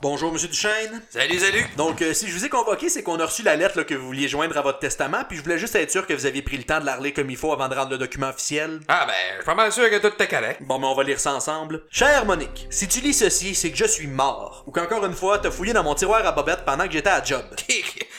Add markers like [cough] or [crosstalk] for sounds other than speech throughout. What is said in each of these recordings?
Bonjour, Monsieur Duchesne. Salut, salut! Donc, euh, si je vous ai convoqué, c'est qu'on a reçu la lettre là, que vous vouliez joindre à votre testament, puis je voulais juste être sûr que vous aviez pris le temps de la relire comme il faut avant de rendre le document officiel. Ah ben, je suis pas mal sûr que tout était correct. [laughs] Bon, mais on va lire ça ensemble. Chère Monique, si tu lis ceci, c'est que je suis mort. Ou qu'encore une fois, t'as fouillé dans mon tiroir à bobette pendant que j'étais à job.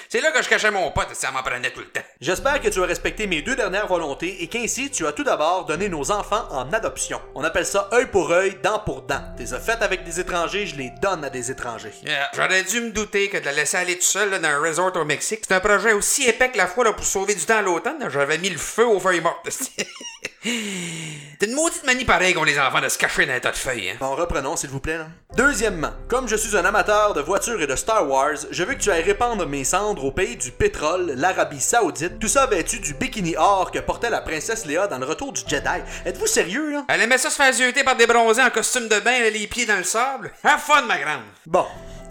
C'est là que je cachais mon pote, ça m'en prenait tout le temps. J'espère que tu as respecté mes deux dernières volontés et qu'ainsi tu as tout d'abord donné nos enfants en adoption. On appelle ça œil pour œil, dent pour dent. T'es faites avec des étrangers, je les donne à des étrangers. Yeah. J'aurais dû me douter que de la laisser aller tout seul là, dans un resort au Mexique, c'est un projet aussi épais que la fois là, pour sauver du temps à l'automne. là, J'avais mis le feu aux feuilles mortes. [laughs] c'est une maudite manie pareille qu'ont les enfants de se cacher dans un tas de feuilles. Hein. Bon, reprenons, s'il vous plaît. là. Deuxièmement, comme je suis un amateur de voitures et de Star Wars, je veux que tu ailles répandre mes cendres au pays du pétrole, l'Arabie Saoudite, tout ça vêtu du bikini or que portait la princesse Léa dans le retour du Jedi. Êtes-vous sérieux, là? Elle aimait ça se faire zioter par des bronzés en costume de bain, là, les pieds dans le sable. Have fun, ma grande! Bon.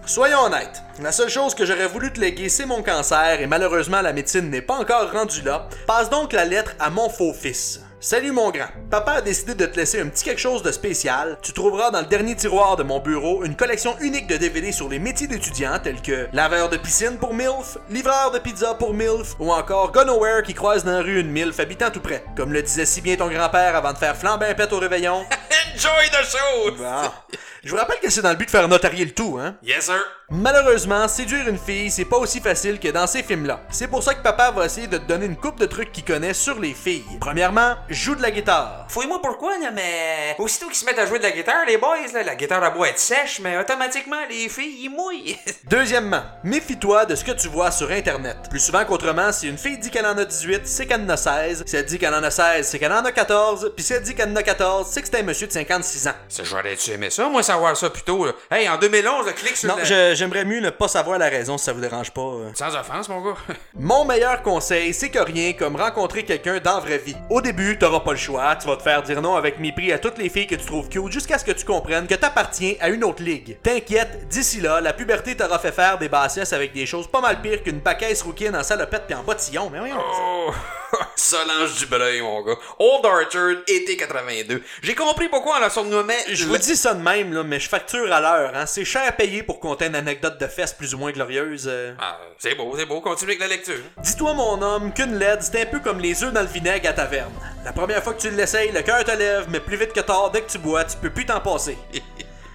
Soyons honnêtes, la seule chose que j'aurais voulu te léguer, c'est mon cancer, et malheureusement la médecine n'est pas encore rendue là. Passe donc la lettre à mon faux-fils. Salut mon grand. Papa a décidé de te laisser un petit quelque chose de spécial. Tu trouveras dans le dernier tiroir de mon bureau une collection unique de DVD sur les métiers d'étudiants tels que laveur de piscine pour MILF, livreur de pizza pour MILF, ou encore Gunaware qui croise dans la rue une MILF habitant tout près. Comme le disait si bien ton grand-père avant de faire flamber un pet au réveillon. Enjoy the show! Bon. [laughs] Je vous rappelle que c'est dans le but de faire notarier le tout, hein? Yes, sir! Malheureusement, séduire une fille, c'est pas aussi facile que dans ces films-là. C'est pour ça que papa va essayer de te donner une coupe de trucs qu'il connaît sur les filles. Premièrement, joue de la guitare. Fouille-moi pourquoi, là, mais aussitôt qu'ils se mettent à jouer de la guitare, les boys, là, la guitare à bois est sèche, mais automatiquement, les filles, ils mouillent. [laughs] Deuxièmement, méfie-toi de ce que tu vois sur Internet. Plus souvent qu'autrement, si une fille dit qu'elle en a 18, c'est qu'elle en a 16. Si elle dit qu'elle en a 16, c'est qu'elle en a 14. Puis si elle dit qu'elle en a 14, c'est que c'est un monsieur de 56 ans. Ça, j'aurais-tu aimé ça, moi, savoir ça plus tôt, là? Hey, en 2011, là, clique sur Non, la- je- j'aimerais mieux ne pas savoir la raison si ça vous dérange pas. euh. Sans offense, mon gars. [laughs] Mon meilleur conseil, c'est que rien comme rencontrer quelqu'un dans la vraie vie. Au début, t'auras pas le choix, tu vas te faire dire non avec mépris à toutes les filles que tu trouves cute jusqu'à ce que tu comprennes que t'appartiens à une autre ligue. T'inquiète, d'ici là, la puberté t'aura fait faire des bassesses avec des choses pas mal pires qu'une paquette rouquine en salopette pis en bottillon, mais voyons. Oh! [laughs] Solange Dubreuil, mon gars. Old Orchard, été 82. J'ai compris pourquoi on l'a surnommé. Je vous dis ça de même, là, mais je facture à l'heure, hein. C'est cher à payer pour compter une anecdote de fesses plus ou moins glorieuse. euh. Ah, c'est beau, c'est beau. Continue avec la lecture. Dis-toi, mon homme, qu'une LED, c'est un peu comme les œufs dans le vinaigre à taverne. La première fois que tu l'essayes, le cœur te lève, mais plus vite que tard, dès que tu bois, tu peux plus t'en passer. [laughs]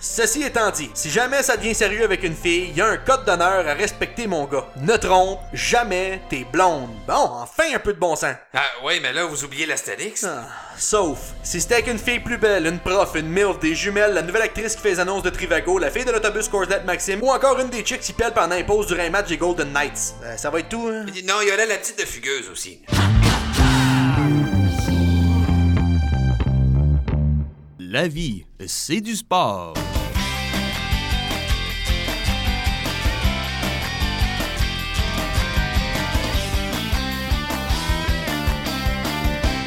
Ceci étant dit, si jamais ça devient sérieux avec une fille, il y a un code d'honneur à respecter, mon gars. Ne trompe jamais tes blondes. Bon, enfin un peu de bon sens. Ah, ouais, mais là, vous oubliez l'astérix. Ah, Sauf, si c'était avec une fille plus belle, une prof, une MILF, des jumelles, la nouvelle actrice qui fait les annonces de Trivago, la fille de l'autobus Corvette Maxime, ou encore une des chicks qui pèle pendant les pauses durant un match des Golden Knights. Euh, ça va être tout, hein? Non, il y aurait la petite de Fugueuse aussi. La vie, c'est du sport.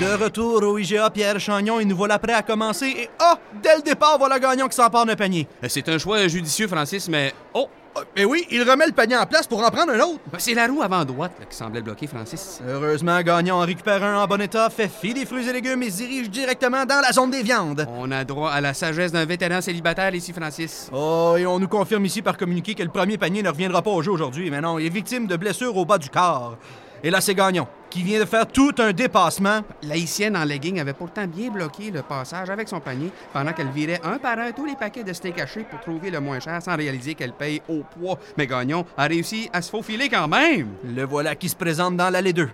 De retour au IGA Pierre Chagnon et nous voilà prêts à commencer. Et oh, dès le départ, voilà Gagnon qui s'empare d'un panier. Euh, C'est un choix judicieux, Francis, mais. Oh! Ah, Mais oui, il remet le panier en place pour en prendre un autre. C'est la roue avant droite là, qui semblait bloquer, Francis. Heureusement, Gagnon en récupère un en bon état, fait fi des fruits et légumes et se dirige directement dans la zone des viandes. On a droit à la sagesse d'un vétéran célibataire ici, Francis. Oh, et on nous confirme ici par communiqué que le premier panier ne reviendra pas au jeu aujourd'hui, mais non, il est victime de blessures au bas du corps. Et là, c'est Gagnon, qui vient de faire tout un dépassement. L'haïtienne en legging avait pourtant bien bloqué le passage avec son panier pendant qu'elle virait un par un tous les paquets de steak hachés pour trouver le moins cher sans réaliser qu'elle paye au poids. Mais Gagnon a réussi à se faufiler quand [laughs] même. Le voilà qui se présente dans l'allée 2.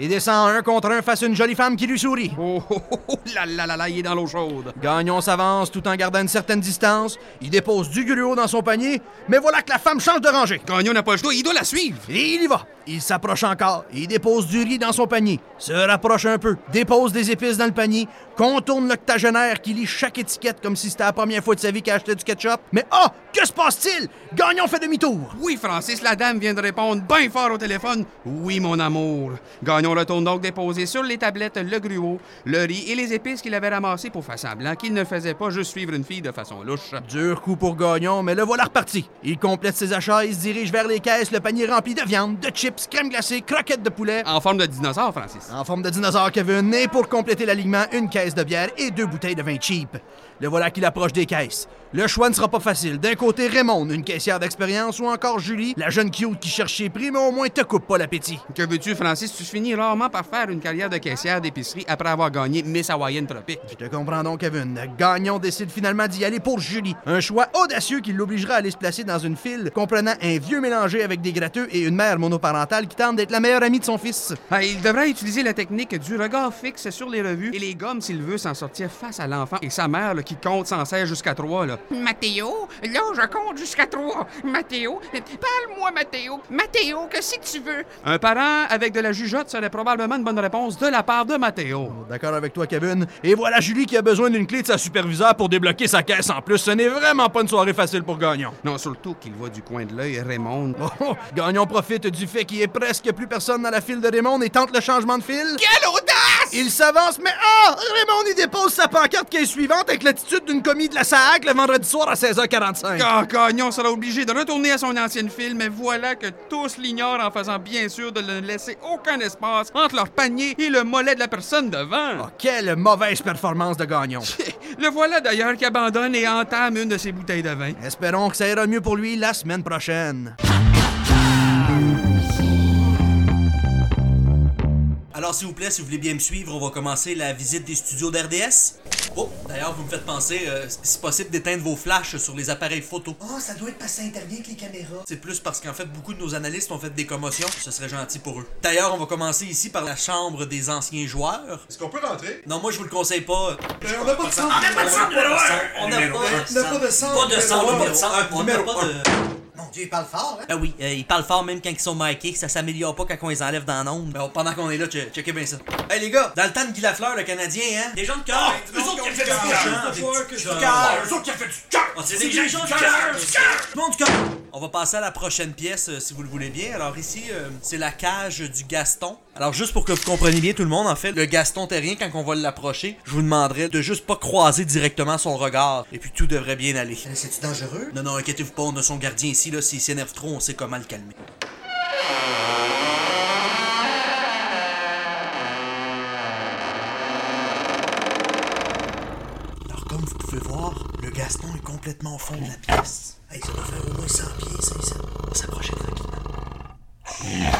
Et descend un contre un face à une jolie femme qui lui sourit. Oh, oh, oh, oh, là là là là, il est dans l'eau chaude. Gagnon s'avance tout en gardant une certaine distance. Il dépose du gruau dans son panier, mais voilà que la femme change de rangée. Gagnon n'a pas le choix, il doit la suivre. Et il y va. Il s'approche encore. Il dépose du riz dans son panier. Se rapproche un peu. Dépose des épices dans le panier. Contourne l'octogénaire qui lit chaque étiquette comme si c'était la première fois de sa vie qu'il achetait du ketchup. Mais ah! que se passe-t-il? Gagnon fait demi-tour. Oui, Francis, la dame vient de répondre bien fort au téléphone. Oui, mon amour. Gagnon retourne donc déposer sur les tablettes le gruau, le riz et les épices qu'il avait ramassées pour faire semblant qu'il ne faisait pas juste suivre une fille de façon louche. Dur coup pour Gagnon, mais le voilà reparti. Il complète ses achats et se dirige vers les caisses, le panier rempli de viande, de chips, crème glacée, croquettes de poulet. En forme de dinosaure, Francis. En forme de dinosaure, Kevin, et pour compléter l'alignement, une caisse caisses de bière et deux bouteilles de vin cheap. Le voilà qu'il approche des caisses. Le choix ne sera pas facile. D'un côté, Raymond, une caissière d'expérience, ou encore Julie, la jeune cute qui cherche ses prix, mais au moins te coupe pas l'appétit. Que veux-tu, Francis? Tu finis rarement par faire une carrière de caissière d'épicerie après avoir gagné Miss Hawaiian Tropic. Je te comprends donc, Kevin. Gagnon décide finalement d'y aller pour Julie. Un choix audacieux qui l'obligera à aller se placer dans une file comprenant un vieux mélangé avec des gratteux et une mère monoparentale qui tente d'être la meilleure amie de son fils. Ah, il devrait utiliser la technique du regard fixe sur les revues et les gommes s'il veut s'en sortir face à l'enfant et sa mère là, qui compte sans cesse jusqu'à trois. Là. Mathéo, là, je compte jusqu'à trois. Mathéo, parle-moi, Mathéo. Mathéo, qu'est-ce que tu veux? Un parent avec de la jugeote serait probablement une bonne réponse de la part de Matteo. D'accord avec toi, Kevin. Et voilà Julie qui a besoin d'une clé de sa superviseur pour débloquer sa caisse en plus. Ce n'est vraiment pas une soirée facile pour Gagnon. Non, surtout qu'il voit du coin de l'œil Raymond. Oh, oh, Gagnon profite du fait qu'il y ait presque plus personne dans la file de Raymond et tente le changement de file. Quelle audace! Il s'avance, mais ah! Raymond y dépose sa pancarte qui est suivante avec l'attitude d'une commis de la SAAC le vendredi soir à 16h45. Ah, Gagnon sera obligé de retourner à son ancienne file, mais voilà que tous l'ignorent en faisant bien sûr de ne laisser aucun espace entre leur panier et le mollet de la personne devant. Ah, quelle mauvaise performance de Gagnon. Le voilà d'ailleurs qui abandonne et entame une de ses bouteilles de vin. Espérons que ça ira mieux pour lui la semaine prochaine. Alors, s'il vous plaît, si vous voulez bien me suivre, on va commencer la visite des studios d'RDS. Oh, d'ailleurs, vous me faites penser, euh, si possible, d'éteindre vos flashs sur les appareils photo. Oh, ça doit être parce que ça intervient avec les caméras. C'est plus parce qu'en fait, beaucoup de nos analystes ont fait des commotions. Ce serait gentil pour eux. D'ailleurs, on va commencer ici par la chambre des anciens joueurs. Est-ce qu'on peut rentrer? Non, moi, je vous le conseille pas. Ben, on n'a pas de sang. Euh, On n'a pas de sang, On n'a On n'a pas de sang. pas de sang. On n'a pas de sang. On n'a Numéro pas de. Ah Mon Dieu, il parle fort, hein? Ben oui, euh, ils parlent fort même quand ils sont mikés, ça s'améliore pas quand on les enlève dans l'ombre. Ben, pendant qu'on est là, che- checkez bien ça. Hey les gars, dans le temps de Guy Lafleur, le Canadien, hein? Des gens de Ah, cœur! Eux autres qui ont fait du cœur. cœur! Eux autres qui ont fait du cœur! On C'est des gens du de cœur! cœur! Du cœur! Du monde du cœur! On va passer à la prochaine pièce, euh, si vous le voulez bien. Alors ici, euh, c'est la cage du Gaston. Alors juste pour que vous compreniez bien tout le monde, en fait, le Gaston terrien, quand on va l'approcher, je vous demanderai de juste pas croiser directement son regard. Et puis tout devrait bien aller. Mais Euh, C'est-tu dangereux? Non, non, inquiétez-vous pas, on a son gardien ici, là. S'il s'énerve trop, on sait comment le calmer. Alors, comme vous pouvez voir, le Gaston est complètement au fond de la pièce. Ah, Hey, ça doit faire au moins 100 pieds, ça, ici. On s'approchait tranquillement.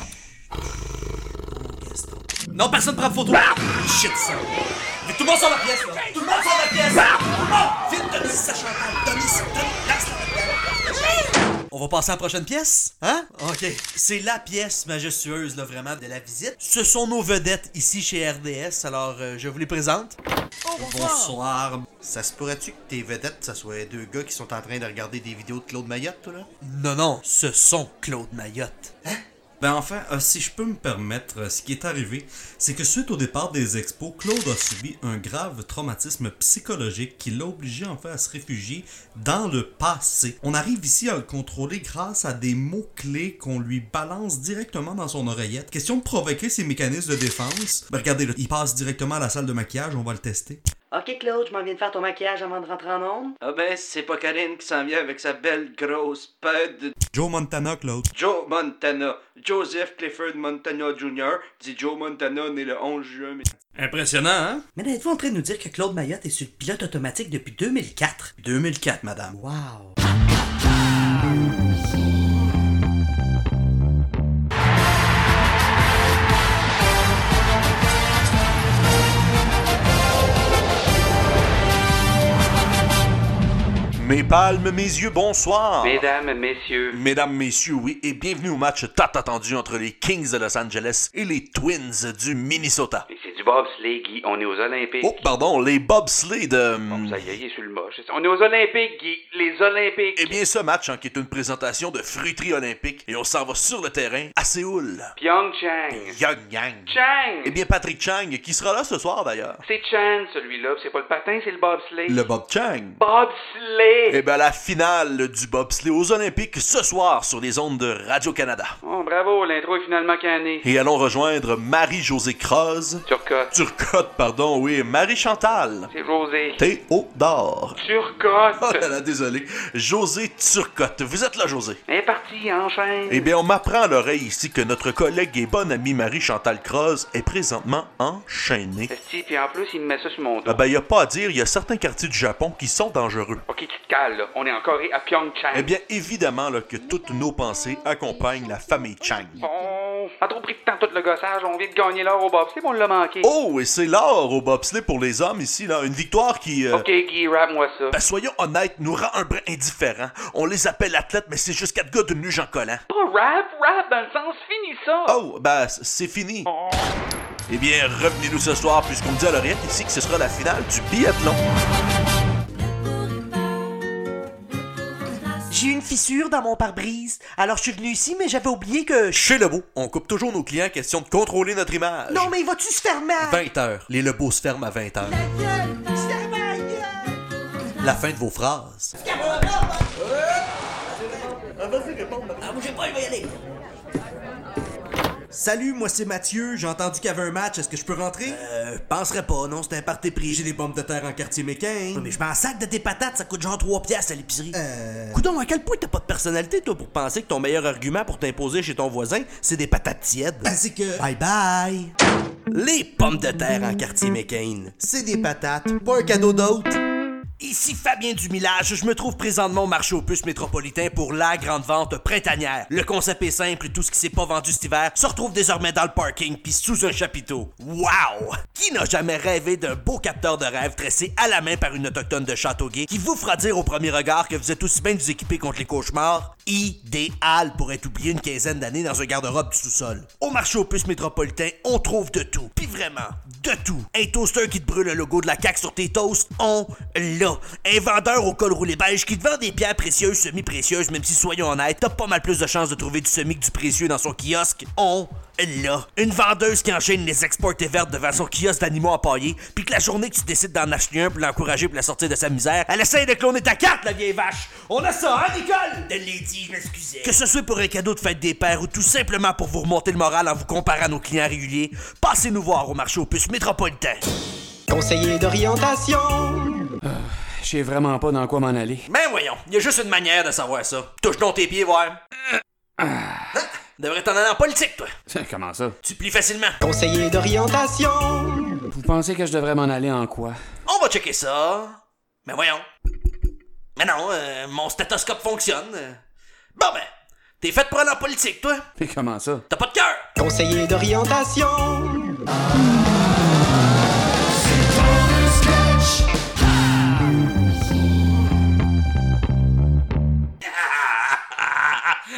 Non, personne prend photo. Shit, ça. Mais tout le monde sort la pièce, là. Tout le monde sort la pièce. Tout le monde. Vite, Denis, ça Chantal. Denis, ça, Denis, lâche la balle. On va passer à la prochaine pièce, hein? Ok. C'est la pièce majestueuse, là, vraiment, de la visite. Ce sont nos vedettes ici chez RDS, alors euh, je vous les présente. Bonsoir. Ça se pourrait-tu que tes vedettes, ça soit deux gars qui sont en train de regarder des vidéos de Claude Mayotte, toi, là? Non, non, ce sont Claude Mayotte. Ben enfin, euh, si je peux me permettre, euh, ce qui est arrivé, c'est que suite au départ des expos, Claude a subi un grave traumatisme psychologique qui l'a obligé enfin à se réfugier dans le passé. On arrive ici à le contrôler grâce à des mots-clés qu'on lui balance directement dans son oreillette. Question de provoquer ses mécanismes de défense. Ben regardez, là, il passe directement à la salle de maquillage, on va le tester. Ok Claude, je m'en viens de faire ton maquillage avant de rentrer en onde. Ah ben, c'est pas Karine qui s'en vient avec sa belle grosse pède de Joe Montana, Claude. Joe Montana. Joseph Clifford Montana Jr., dit Joe Montana, né le 11 juin. mais- Impressionnant, hein? Mais là, êtes-vous en train de nous dire que Claude Mayotte est sur le pilote automatique depuis 2004? 2004, madame. Wow! Mes palmes, mes yeux, bonsoir. Mesdames, messieurs, Mesdames, messieurs, oui, et bienvenue au match tant attendu entre les Kings de Los Angeles et les Twins du Minnesota. c'est du bobsleigh, Guy. On est aux Olympiques. Oh, pardon, les bobsleigh de... Ça y est, il est sur le moche. On est aux Olympiques, Guy. Les Olympiques. Eh bien, ce match, hein, qui est une présentation de fruiterie olympique, et on s'en va sur le terrain à Séoul. Pyeongchang. Pyongyang. Chang. Eh bien, Patrick Chang, qui sera là ce soir d'ailleurs. C'est Chang, celui-là. C'est pas le patin, c'est le bobsleigh. Le Bob Chang. Bobsleigh. Eh bien, la finale du bobsleigh aux Olympiques ce soir sur les ondes de Radio-Canada. Bon, Oh, bravo, l'intro est finalement cannée. Et allons rejoindre Marie-Josée Croze. Turcotte. Turcotte, pardon, oui. Marie-Chantal. C'est José. Théodore. Turcotte. Oh [laughs] là là, désolé. José Turcotte. Vous êtes là, José. Elle est partie, enchaîne. Eh bien, on m'apprend à l'oreille ici que notre collègue et bonne amie Marie-Chantal Croze est présentement enchaînée. Si, puis en plus, il me met ça sur mon dos. Ah ben, y a pas à dire, il y a certains quartiers du Japon qui sont dangereux. Ok, tu te cales, là. On est encore à Pyeongchang. Eh bien, évidemment là, que toutes nos pensées accompagnent la famille Chang. Bon, pas trop pris de temps tout le gossage, on vient de gagner l'or au bobsleigh, mais on l'a manqué. Oh, et c'est l'or au bobsleigh pour les hommes ici, là. Une victoire qui... euh, Ok, Guy, rappe-moi ça. Ben, soyons honnêtes, nous rend un brin indifférent. On les appelle athlètes, mais c'est juste quatre gars de nu en collant. Pas rap, rap, dans le sens, fini ça. Oh, ben, c- c'est fini. Eh bien, revenez-nous ce soir, puisqu'on me dit à l'oreillette ici que ce sera la finale du biathlon. J'ai une fissure dans mon pare-brise, alors je suis venu ici, mais j'avais oublié que... Euh, Chez Lebeau, on coupe toujours nos clients question de contrôler notre image. Non, mais vas-tu se faire mal? 20h. Les Lebeaux se ferment à 20h. La fin de vos phrases. Ah, bougez pas, il va y aller. Salut, moi c'est Mathieu, j'ai entendu qu'il y avait un match, est-ce que je peux rentrer? Euh, penserais pas, non, c'était un parti pris. J'ai des bombes de terre en quartier mécain. mais je m'en sac de tes patates, ça coûte genre 3 piastres à l'épicerie. Euh... Coudon, à quel point t'as pas de personnalité, toi, pour penser que ton meilleur argument pour t'imposer chez ton voisin, c'est des patates tièdes? Ben, c'est que... Bye bye! Les pommes de terre en quartier McCain, c'est des patates, pas un cadeau d'hôte. Ici Fabien Dumillage, je me trouve présentement au marché aux puces métropolitain pour la grande vente printanière. Le concept est simple, tout ce qui s'est pas vendu cet hiver se retrouve désormais dans le parking puis sous un chapiteau. Wow! Qui n'a jamais rêvé d'un beau capteur de rêve tressé à la main par une autochtone de Châteauguay qui vous fera dire au premier regard que vous êtes aussi bien vous équiper contre les cauchemars? Idéal pour être oublié une quinzaine d'années dans un garde-robe du sous-sol. Au marché aux puces métropolitain, on trouve de tout. Puis vraiment, de tout. Un toaster qui te brûle le logo de la CAQ sur tes toasts, on l'a. Un vendeur au col roulé beige qui te vend des pierres précieuses, semi-précieuses, même si soyons honnêtes, t'as pas mal plus de chances de trouver du semi que du précieux dans son kiosque, on l'a. Une vendeuse qui enchaîne les exports et vertes devant son kiosque d'animaux empaillés, puis que la journée que tu décides d'en acheter un pour l'encourager pour la sortir de sa misère, elle essaye de cloner ta carte, la vieille vache! On a ça, hein, Nicole? De Lady, je m'excusais. Que ce soit pour un cadeau de fête des pères ou tout simplement pour vous remonter le moral en vous comparant à nos clients réguliers, passez nous voir au marché aux puces métropolitain. Conseiller d'orientation. Je sais vraiment pas dans quoi m'en [laughs] aller. Ben voyons, il y a juste une manière de savoir ça. Touche donc tes pieds, voir. Hein? Devrais t'en aller en politique, toi. Comment ça? Tu plies facilement. Conseiller d'orientation. Vous pensez que je devrais m'en aller en [laughs] quoi? On va checker ça. Mais voyons. Mais non, euh, mon stéthoscope fonctionne. Euh, Bon ben, t'es fait prendre en politique, toi. Et comment ça? T'as pas de cœur. Conseiller d'orientation. [laughs]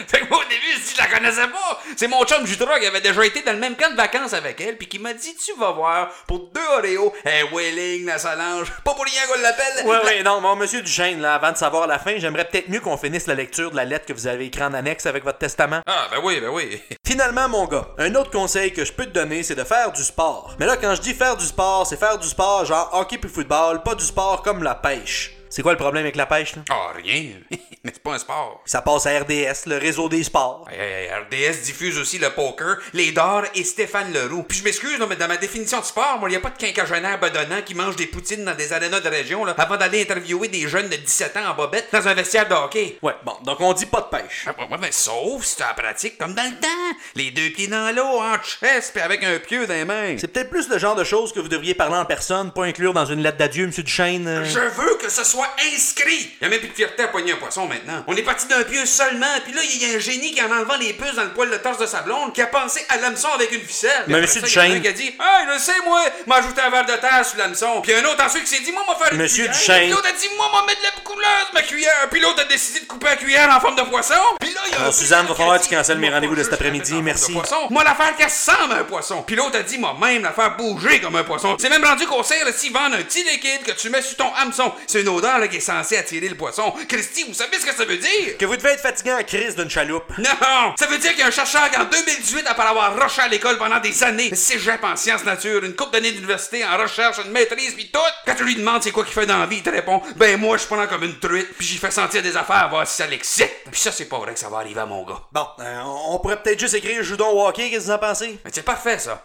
Fait que moi, au début, si je la connaissais pas, c'est mon chum Jutra qui avait déjà été dans le même camp de vacances avec elle, puis qui m'a dit Tu vas voir, pour deux Oreos, un Wheeling, la Salange, pas pour rien qu'on l'appelle. Ouais, la- ouais, non, mon monsieur Duchesne, là, avant de savoir la fin, j'aimerais peut-être mieux qu'on finisse la lecture de la lettre que vous avez écrite en annexe avec votre testament. Ah, ben oui, ben oui. [laughs] Finalement, mon gars, un autre conseil que je peux te donner, c'est de faire du sport. Mais là, quand je dis faire du sport, c'est faire du sport genre hockey puis football, pas du sport comme la pêche. C'est quoi le problème avec la pêche, là? Ah, rien. [laughs] Mais c'est pas un sport. Ça passe à RDS, le réseau des sports. Hey, hey, hey, RDS diffuse aussi le poker, les dards et Stéphane Leroux. Puis je m'excuse, là, mais dans ma définition de sport, moi, il n'y a pas de quinquagénaire bedonnant qui mange des poutines dans des arénas de région là, avant d'aller interviewer des jeunes de 17 ans en bobette dans un vestiaire de hockey. Ouais, bon, donc on dit pas de pêche. Ah, ouais, ben, sauf si tu la pratiques comme dans le temps. Les deux pieds dans l'eau, en chest, puis avec un pieu dans les mains. C'est peut-être plus le genre de choses que vous devriez parler en personne, pas inclure dans une lettre d'adieu, monsieur Duchesne. euh. Je veux que ce soit inscrit! Il y a même plus de fierté à poigner un poisson maintenant. On est parti d'un pieu seulement, puis là, il y a un génie qui, en enlevant les puces dans le poil de torse de sa blonde, qui a pensé à l'hameçon avec une ficelle. Mais Après monsieur ça, il y en Duchesne- a un qui a dit Hey, je le sais, moi, m'ajouter un verre de terre sur l'hameçon. Puis un autre ensuite qui s'est dit Moi, m'a faire une Monsieur cuillère. Duchesne- Puis l'autre a dit Moi, m'a mettre de la couleuse, ma cuillère. Puis l'autre a décidé de couper la cuillère en forme de poisson. Puis là, il y a Alors, un Suzanne, va qui a falloir que dit, tu cancelles mes Moi, rendez-vous de je cet vais après-midi, merci. poisson. Moi, l'affaire qu'elle ressemble à un poisson. Puis l'autre a dit, moi-même, l'affaire bouger comme un poisson. C'est même rendu qu'au sert, s'ils vendent un petit liquide que tu mets sur ton hameçon. C'est une odeur courant là, qui est censé attirer le poisson. Christy, vous savez ce que ça veut dire? Que vous devez être fatigué en crise d'une chaloupe. Non! Ça veut dire qu'il y a un chercheur qui, en 2018, après avoir rushé à l'école pendant des années, le cégep en sciences nature, une coupe d'années d'université, en recherche, une maîtrise, puis tout! Quand tu lui demandes c'est quoi qu'il fait dans la vie, il te répond « Ben moi, je prends comme une truite, puis j'y fais sentir des affaires, voir si ça l'excite! » Puis ça, c'est pas vrai que ça va arriver à mon gars. Bon, euh, on pourrait peut-être juste écrire Judon Walker, qu'est-ce que vous en pensez? Mais c'est parfait, ça.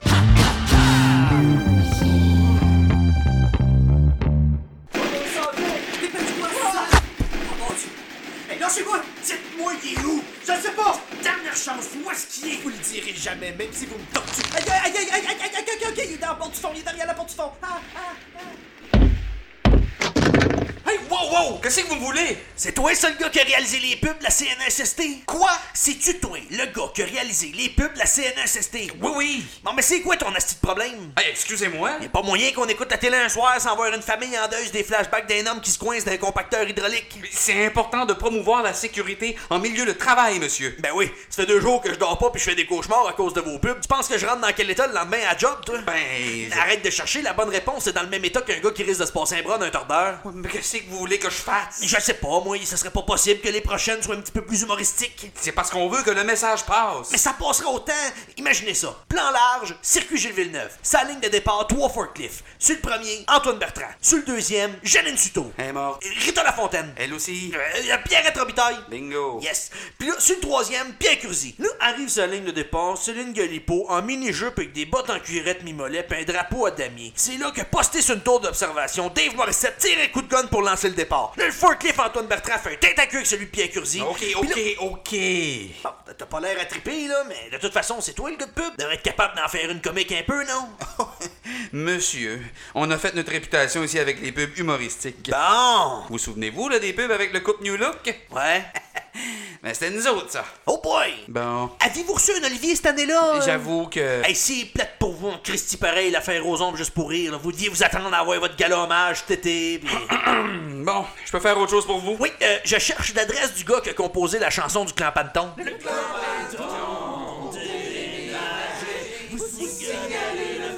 Lâchez-moi! Dites-moi, il est où? Je sais pas! Dernière chance, où est-ce qu'il est? Vous le direz jamais, même si vous me torturez. Aïe, aïe, aïe, aïe, aïe, aïe, aïe, aïe, aïe, aïe, il est dans la porte du fond, il est derrière la porte du fond. Ah, ah, Hey, wow, wow! Qu'est-ce que vous me voulez? C'est toi, ça, le gars qui a réalisé les pubs de la CNSST? Quoi? C'est-tu toi, le gars qui a réalisé les pubs de la CNSST? Oui, oui! Bon, mais c'est quoi ton asti de problème? Hey, excusez-moi! Y'a pas moyen qu'on écoute la télé un soir sans voir une famille en deuil des flashbacks d'un homme qui se coince d'un compacteur hydraulique. C'est important de promouvoir la sécurité en milieu de travail, monsieur. Ben oui, ça fait deux jours que je dors pas puis je fais des cauchemars à cause de vos pubs. Tu penses que je rentre dans quel état le lendemain à job, toi? Ben... Arrête de chercher, la bonne réponse c'est dans le même état qu'un gars qui risque de se passer un bras d'un tort d'heure. Mais qu'est-ce que vous voulez que je fasse? Je sais pas, moi, ça serait pas possible que les prochaines soient un petit peu plus humoristiques. C'est parce qu'on veut que le message passe. Mais ça passera autant. Imaginez ça. Plan large, circuit Gilles Villeneuve. Sa ligne de départ, trois forklifts. Sur le premier, Antoine Bertrand. Sur le deuxième, Janine Suto. Elle est morte. Rita Lafontaine. Elle aussi. Euh, Pierre Etrobitaille. Bingo. Yes. Puis là, sur le troisième, Pierre Curzi. oh. Là, arrive sa ligne de départ, Céline Galipo, en mini-jupe avec des bottes en cuirette mi-mollet puis un drapeau à damier. C'est là que, posté sur une tour d'observation, Dave Morissette tire un coup de gun pour lancer le départ. Là, le forklift Antoine Bertrand fait un tête à queue avec celui de Pierre Curzi. Ok, Puis ok, là- ok. Bon, t'as pas l'air à triper, là, mais de toute façon, c'est toi le gars de pub. Devrais être capable d'en faire une comique un peu, non? [laughs] Monsieur, on a fait notre réputation ici avec les pubs humoristiques. Bon! Vous souvenez-vous là, des pubs avec le couple New Look? Ouais. Mais c'était nous autres, ça. Oh boy! Bon, Avez-vous reçu un Olivier cette année-là? euh? j'avoue que... Hey, c'est plate pour vous, en Christy pareil, l'affaire aux ombres juste pour rire. là. Vous deviez vous attendre à avoir votre gala hommage cet été, pis- Bon, je peux faire autre chose pour vous? Oui, euh, je cherche l'adresse du gars qui a composé la chanson du clan Panton.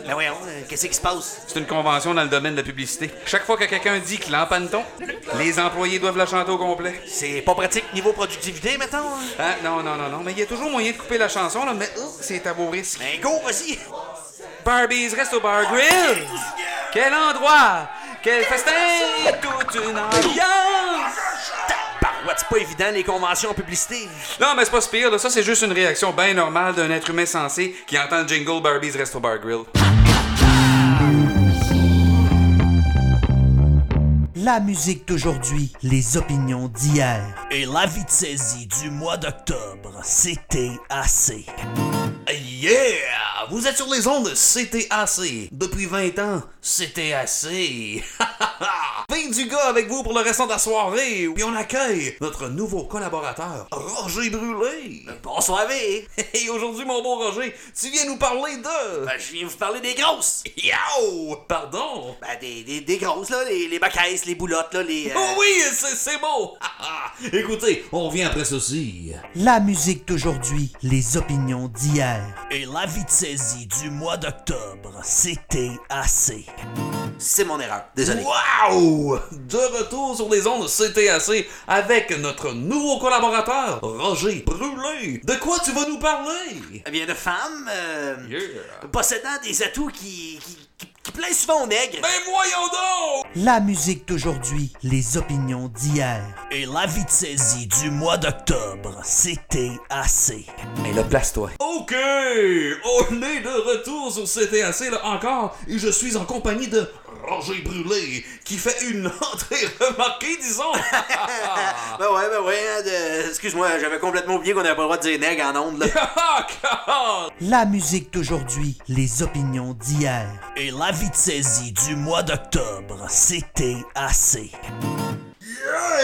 Ben voyons, euh, qu'est-ce qui se passe? C'est une convention dans le domaine de la publicité. Chaque fois que quelqu'un dit clan Panton, les employés doivent la chanter au complet. C'est pas pratique niveau productivité, mettons? hein? Ah, non, non, non, non. Mais il y a toujours moyen de couper la chanson, là, mais oh, c'est à vos risques. Ben go, vas-y! Barbies Resto Bar Grill! Quel endroit! Quel festin! Toute une ambiance! Bah, Tabarouette, c'est pas évident les conventions en publicité. Non, mais c'est pas ce pire, là. Ça, c'est juste une réaction bien normale d'un être humain sensé qui entend le jingle Barbies Resto Bar Grill. La musique d'aujourd'hui, les opinions d'hier. Et la vie de saisie du mois d'octobre, c'était assez. Yeah! Vous êtes sur les ondes CTAC. Depuis 20 ans, [laughs] CTAC. Vin du gars avec vous pour le restant de la soirée. Puis on accueille notre nouveau collaborateur, Roger Brûlé. Bonsoir, V. [laughs] Et aujourd'hui, mon bon Roger, tu viens nous parler de... Ben, je viens vous parler des grosses. Yo! Pardon? Ben, des, des, des grosses, là, les, les bacaisses, les boulottes, là, les... euh, Oh oui, c'est c'est beau! [laughs] Écoutez, on revient après ceci. La musique d'aujourd'hui, les opinions d'hier. Et la vie de saisie du mois d'octobre, c'était assez. C'est mon erreur, désolé. Wow! De retour sur les ondes CTAC avec notre nouveau collaborateur, Roger Brûlé. De quoi tu vas nous parler? Eh bien, de femmes euh, possédant des atouts qui, qui, qui- qui plaisent souvent aux nègres. Ben voyons donc! La musique d'aujourd'hui, les opinions d'hier. Et la vie de saisie du mois d'octobre, c'était assez. Mais là, place-toi. Ok! On est de retour sur CTAC là encore et je suis en compagnie de Roger Brûlé qui fait une entrée remarquée, disons! Ah. Ben [laughs] ouais, ben ouais, hein, de- excuse-moi, j'avais complètement oublié qu'on avait pas le droit de dire nègre en ondes, là. [laughs] La musique d'aujourd'hui, les opinions d'hier. Et la vie de saisie du mois d'octobre, c'était assez.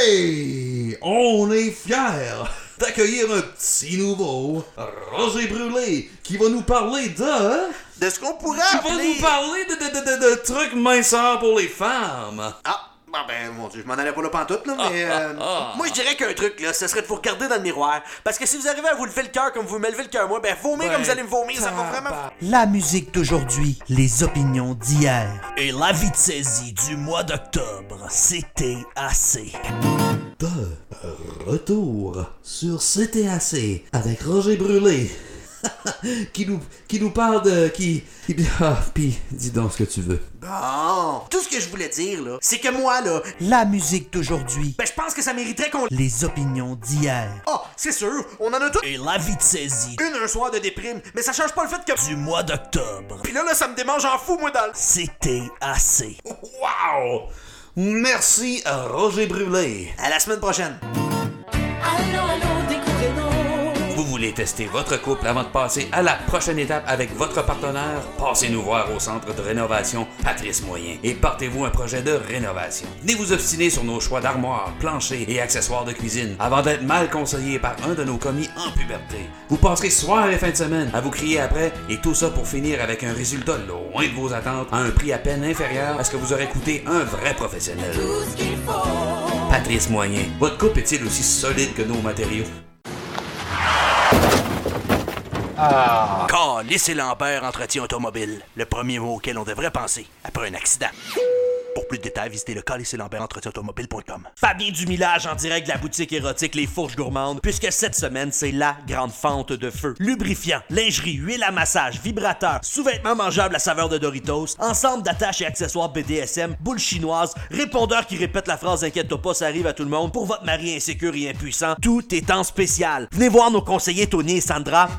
Hey! On est fiers d'accueillir un petit nouveau, Roger Brûlé, qui va nous parler de... hein? De ce qu'on pourrait Qui va nous parler de, de, de, de, de trucs minceurs pour les femmes. Ah, Bon, ben, mon Dieu, je m'en allais pas là pantoute, là, mais. euh, Moi, je dirais qu'un truc, là, ce serait de vous regarder dans le miroir. Parce que si vous arrivez à vous lever le cœur comme vous me levez le cœur, moi, ben, vomir Ben, comme vous allez me vomir, ça va vraiment. La musique d'aujourd'hui, les opinions d'hier et la vie de saisie du mois d'octobre, c'était assez. De retour sur CTAC avec Roger Brûlé [laughs] qui nous qui nous parle de qui qui- [laughs] ah puis dis donc ce que tu veux. Bon, tout ce que je voulais dire, là, c'est que moi, là, La musique d'aujourd'hui, ben, je pense que ça mériterait qu'on. les opinions d'hier Ah, c'est sûr, on en a tout. et la vie de saisie Une un soir de déprime, mais ça change pas le fait que. du mois d'octobre, Puis là, là, ça me démange en fou, moi, dans le. c'était assez. Wow! Merci à Roger Brûlé. À la semaine prochaine. Allons, allons, découvrez-nous. Vous voulez tester votre couple avant de passer à la prochaine étape avec votre partenaire? Passez-nous voir au centre de rénovation Patrice Moyen et partez-vous un projet de rénovation. Venez vous obstiner sur nos choix d'armoires, planchers et accessoires de cuisine avant d'être mal conseillé par un de nos commis en puberté. Vous passerez soir et fin de semaine à vous crier après et tout ça pour finir avec un résultat loin de vos attentes à un prix à peine inférieur à ce que vous aurez coûté un vrai professionnel. Patrice Moyen, votre couple est-il aussi solide que nos matériaux? Ah. Calice et Lambert Entretien Automobile. Le premier mot auquel on devrait penser après un accident. Pour plus de détails, visitez le calice et Lambert Entretien Automobile.com. Fabien Dumillage en direct de la boutique érotique Les Fourches Gourmandes, puisque cette semaine, c'est la grande fente de feu. Lubrifiant, lingerie, huile à massage, vibrateur, sous-vêtements mangeables à saveur de Doritos, ensemble d'attaches et accessoires BDSM, boules chinoises, répondeur qui répète la phrase Inquiète-toi pas, ça arrive à tout le monde, pour votre mari insécure et impuissant, tout est en spécial. Venez voir nos conseillers Tony et Sandra.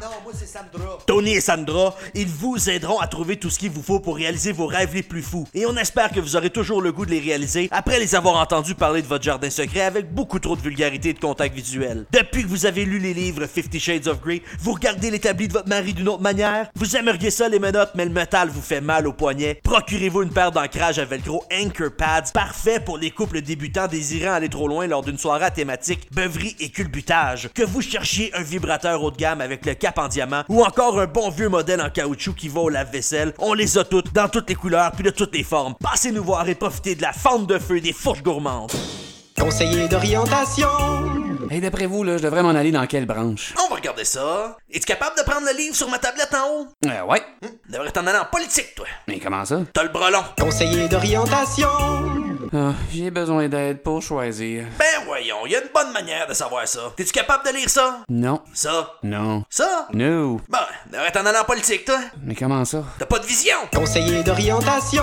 Tony et Sandra, ils vous aideront à trouver tout ce qu'il vous faut pour réaliser vos rêves les plus fous. Et on espère que vous aurez toujours le goût de les réaliser après les avoir entendus parler de votre jardin secret avec beaucoup trop de vulgarité et de contact visuel. Depuis que vous avez lu les livres Fifty Shades of Grey, vous regardez l'établi de votre mari d'une autre manière. Vous aimeriez ça les menottes, mais le métal vous fait mal au poignet. Procurez-vous une paire d'ancrage à velcro Anchor Pads, parfait pour les couples débutants désirant aller trop loin lors d'une soirée à thématique beuverie et culbutage. Que vous cherchiez un vibrateur haut de gamme avec le cap en diamant ou encore un bon vieux modèle en caoutchouc qui va au lave-vaisselle, on les a toutes, dans toutes les couleurs puis de toutes les formes. Passez nous voir et profitez de la fente de feu des fourches gourmandes. Conseiller d'orientation. Et d'après vous, là, je devrais m'en aller dans quelle branche? On va regarder ça. Es-tu capable de prendre le livre sur ma tablette en haut? Euh, ouais. Devrais t'en aller en politique, toi. Mais comment ça? T'as le bras long. Conseiller d'orientation. Ah, J'ai besoin d'aide pour choisir. Ben voyons, y a une bonne manière de savoir ça. T'es-tu capable de lire ça? Non. Ça? Non. Ça? No. Ben, devrais t'en aller en politique, toi. Mais comment ça? T'as pas de vision. Conseiller d'orientation.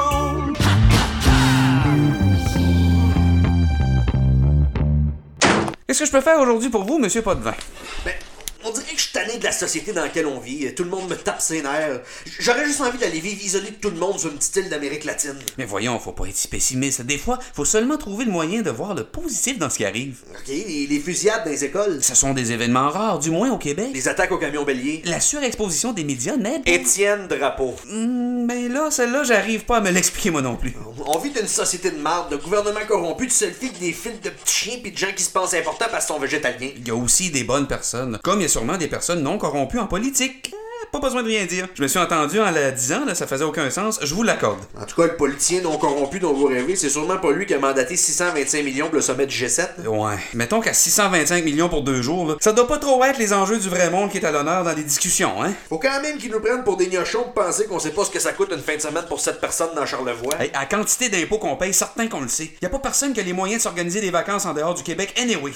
Qu'est-ce que je peux faire aujourd'hui pour vous, monsieur Potvin? Ben, On dirait que je suis tanné de la société dans laquelle on vit. Tout le monde me tape ses nerfs. J'aurais juste envie d'aller vivre isolé de tout le monde sur une petite île d'Amérique latine. Mais voyons, faut pas être si pessimiste. Des fois, faut seulement trouver le moyen de voir le positif dans ce qui arrive. OK, les, les fusillades dans les écoles. Ce sont des événements rares, du moins au Québec. Les attaques au camion bélier. La surexposition des médias n'aide pas. Étienne Drapeau. Hmm, ben là, celle-là, j'arrive pas à me l'expliquer moi non plus. On vit d'une société de marde, de gouvernement corrompu, de selfies, avec des fils de petits chiens pis de gens qui se pensent importants parce qu'ils sont végétaliens. Il y a aussi des bonnes personnes, comme il y a sûrement des personnes non corrompues en politique. Euh, Pas besoin de rien dire. Je me suis entendu en la disant, là, ça faisait aucun sens, je vous l'accorde. En tout cas, le politicien non corrompu dont vous rêvez, c'est sûrement pas lui qui a mandaté 625 millions pour le sommet du G7. Ouais. Mettons qu'à 625 millions pour deux jours, là, ça doit pas trop être les enjeux du vrai monde qui est à l'honneur dans les discussions, hein? Faut quand même qu'ils nous prennent pour des gnochons de penser qu'on sait pas ce que ça coûte une fin de semaine pour cette personne dans Charlevoix. Hey, à quantité d'impôts qu'on paye, certains qu'on le sait. Y a pas personne qui a les moyens de s'organiser des vacances en dehors du Québec, anyway.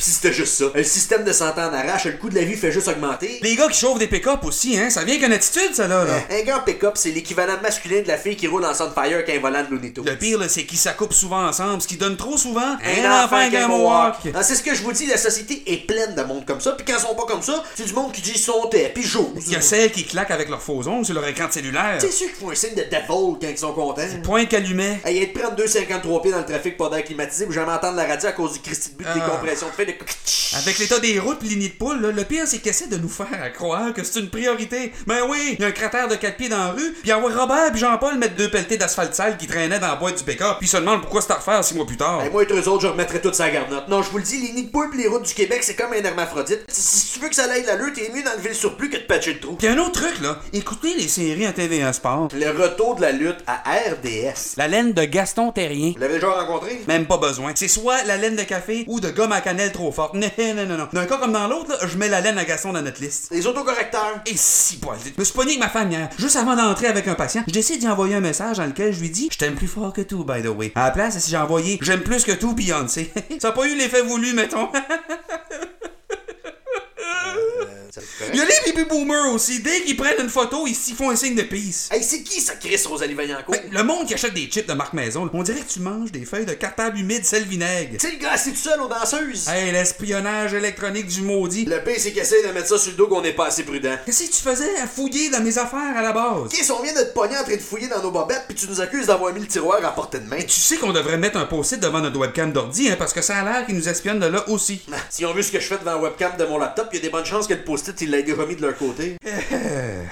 Si c'était juste ça. Le système de santé en arrache, le coût de la vie fait juste augmenter. Euh, les gars qui chauffent des pick-up aussi, hein? Ça vient qu'une attitude, ça, là. là. Eh. Un gars en pick-up, c'est l'équivalent masculin de la fille qui roule en Sunfire qu'un volant de Lunito. Le pire, là, c'est qu'ils s'accoupent souvent ensemble, ce qui donne trop souvent qu'un qu'un Mohawk. Mohawk. Ah, c'est ce que je vous dis, la société est pleine de monde comme ça, puis quand ils sont pas comme ça, c'est du monde qui dit son thé, puis j'ose. Il y a celles qui claquent avec leurs faux ongles sur leur écran de cellulaire. C'est sûr qu'ils font un signe de devil quand ils sont contents. Point calumet. Hey, être prendre 2,53 pieds dans le trafic pas d'air climatisé pour jamais entendre la radio à cause du Christy de but de Ah. [laughs] décompression de fait de... Avec l'état des routes pis les nids de poule, là, le pire, c'est qu'ils essaient de nous faire à croire que c'est une priorité priorité. Ben oui, il y a un cratère de quatre pieds dans la rue, puis avoir Robert et Jean-Paul mettre deux pelletés d'asphalte sale qui traînaient dans la boîte du PK, puis ils se demandent pourquoi c'est à refaire six mois plus tard. Et moi, être eux autres, je remettrais toute sa garnotte. Non, je vous le dis, les nids de poules pis les routes du Québec, c'est comme un hermaphrodite. Si si tu veux que ça aille la lutte, t'es mieux d'enlever le surplus que de patcher le trou. Puis un autre truc, là, écoutez les séries à TVA Sport. Le retour de la lutte à RDS. La laine de Gaston Terrien. Vous l'avez déjà rencontré? Même pas besoin. C'est soit la laine de café ou de gomme à cannelle trop forte. [laughs] Non, non, non, non. D'un cas comme dans l'autre, là, je mets la laine à Gaston dans notre liste. Les autocorrecteurs. Et si, poil. Je me suis pogné avec ma femme hier. Juste avant d'entrer avec un patient, j'ai essayé d'y envoyer un message dans lequel je lui dis Je t'aime plus fort que tout, by the way. À la place, si j'ai envoyé J'aime plus que tout, Beyoncé. [laughs] Ça n'a pas eu l'effet voulu, mettons. [laughs] Il y a les baby boomers aussi. Dès qu'ils prennent une photo, ils s'y font un signe de peace. Hey, c'est qui ça, Chris Rosalie Vaillancourt? Ben, le monde qui achète des chips de marque maison, on dirait que tu manges des feuilles de cartable humide sel [laughs] vinaigre. Tu sais, le gars, c'est tout seul aux danseuses. Hey, l'espionnage électronique du maudit. Le pire, c'est qu'il essaye de mettre ça sur le dos qu'on n'est pas assez prudent. Qu'est-ce que tu faisais à fouiller dans mes affaires à la [laughs] base? Chris, on vient de te pogner en train de fouiller dans nos bobettes, puis tu nous accuses d'avoir mis le tiroir à portée de main. Tu sais qu'on devrait mettre un post-it devant notre webcam d'ordi, hein, parce que ça a l'air qu'ils nous espionnent de là aussi. [laughs] Si on vu ce que je fais devant la webcam de mon laptop, il y a des bonnes chances que le post-it, il l'ait remis de leur côté. Euh.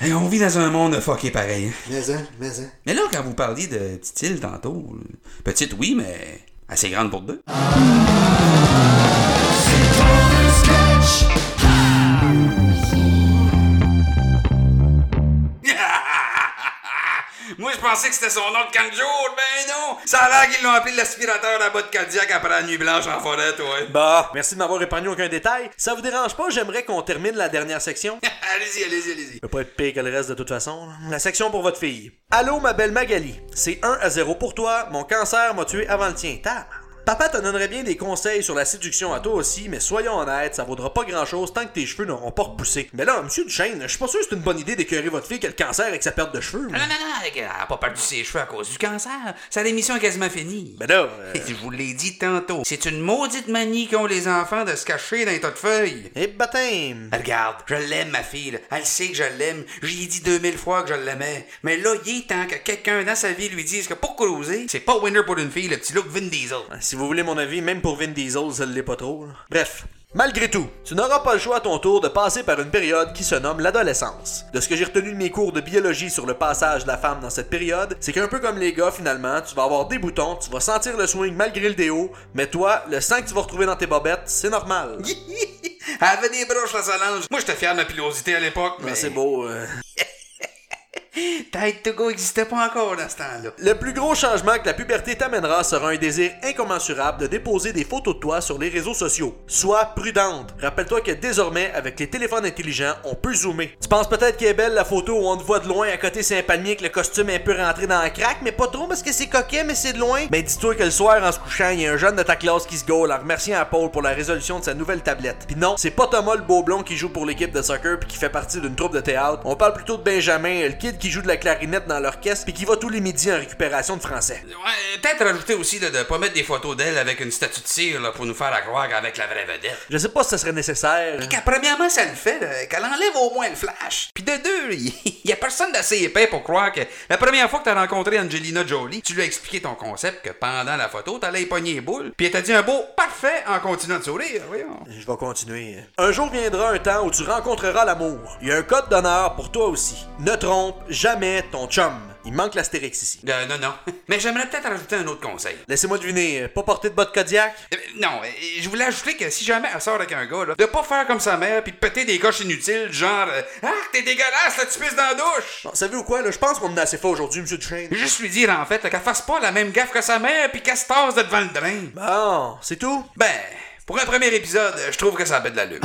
Hey, on vit dans un monde fucké pareil. hein. Mais hein, mais hein. Mais là, quand vous parliez de petite île tantôt, euh, petite oui, mais assez grande pour deux. [laughs] Moi, je pensais que c'était son nom de Kanjo, ben non! Ça a l'air qu'ils l'ont appelé l'aspirateur à botte cardiaque après la nuit blanche en forêt, toi. Bah, merci de m'avoir épargné aucun détail. Ça vous dérange pas, j'aimerais qu'on termine la dernière [laughs] section. allez-y, allez-y, allez-y. peut pas être pire que le reste de toute façon. là. La section pour votre fille. Allô, ma belle Magali. C'est 1 à 0 pour toi. Mon cancer m'a tué avant le tien. Tabarnak. Papa te donnerait bien des conseils sur la séduction à toi aussi, mais soyons honnêtes, ça vaudra pas grand chose tant que tes cheveux n'auront pas repoussé. Mais là, monsieur Duchesne, je suis pas sûr que c'est une bonne idée d'écœurer votre fille qui a le cancer avec sa perte de cheveux. Non, non, non, elle a pas perdu ses cheveux à cause du cancer. Sa démission est quasiment finie. Mais Ben là, euh, [laughs] Je vous l'ai dit tantôt, c'est une maudite manie qu'ont les enfants de se cacher dans les tas de feuilles. et eh, baptême. Regarde, je l'aime, ma fille. là. Elle sait que je l'aime. J'y ai dit 2000 fois que je l'aimais. Mais là, il est temps que quelqu'un dans sa vie lui dise que pour causer, c'est pas winner pour une fille, le petit look Vin Diesel. Hein, Si vous voulez mon avis, même pour Vin Diesel, ça l'est pas trop. là. Bref. Malgré tout, tu n'auras pas le choix à ton tour de passer par une période qui se nomme l'adolescence. De ce que j'ai retenu de mes cours de biologie sur le passage de la femme dans cette période, c'est qu'un peu comme les gars finalement, tu vas avoir des boutons, tu vas sentir le swing malgré le déo, mais toi, le sang que tu vas retrouver dans tes bobettes, c'est normal. Elle avait des broches, la Solange. Moi, j'étais fier de ma pilosité à l'époque, mais... Ah, c'est beau. euh. Tête to go existait pas encore dans ce temps-là. Le plus gros changement que la puberté t'amènera sera un désir incommensurable de déposer des photos de toi sur les réseaux sociaux. Sois prudente. Rappelle-toi que désormais, avec les téléphones intelligents, on peut zoomer. Tu penses peut-être qu'elle est belle la photo où on te voit de loin à côté c'est un palmier avec le costume un peu rentré dans la craque, mais pas trop parce que c'est coquet, mais c'est de loin. Ben dis-toi que le soir, en se couchant, il y a un jeune de ta classe qui se gaule en remerciant à Paul pour la résolution de sa nouvelle tablette. Puis non, c'est pas Thomas le beau blond qui joue pour l'équipe de soccer puis qui fait partie d'une troupe de théâtre. On parle plutôt de Benjamin, le kid qui joue de la clarinette dans l'orchestre puis qui va tous les midis en récupération de français. Ouais, peut-être rajouter aussi de ne pas mettre des photos d'elle avec une statue de cire là, pour nous faire la croire avec la vraie vedette. Je sais pas si ça serait nécessaire. Qu'à premièrement, ça le fait, là, qu'elle enlève au moins le flash. Puis de deux, il [laughs] y a personne d'assez épais pour croire que la première fois que t'as rencontré Angelina Jolie, tu lui as expliqué ton concept que pendant la photo, t'allais pogner les boules, puis elle t'a dit un beau parfait en continuant de sourire, voyons. Je vais continuer. Un jour viendra un temps où tu rencontreras l'amour. Il y a un code d'honneur pour toi aussi. Ne trompe jamais ton chum. Il manque l'astérix ici. Euh, non, [laughs] non. Mais j'aimerais peut-être rajouter un autre conseil. Laissez-moi deviner, euh, pas porter de botte Kodiak? Euh, Non, euh, je voulais ajouter que si jamais elle sort avec un gars, là, de pas faire comme sa mère puis de péter des coches inutiles, genre euh, Ah, t'es dégueulasse, là, tu pisses dans la douche! Bon, savez-vous quoi, là? Je pense qu'on en a assez fait aujourd'hui, monsieur Duchesne. Juste lui dire en fait là, qu'elle fasse pas la même gaffe que sa mère puis qu'elle se tasse de devant le drain. Bon, c'est tout? Ben, pour un premier épisode, euh, je trouve que ça a de la lutte.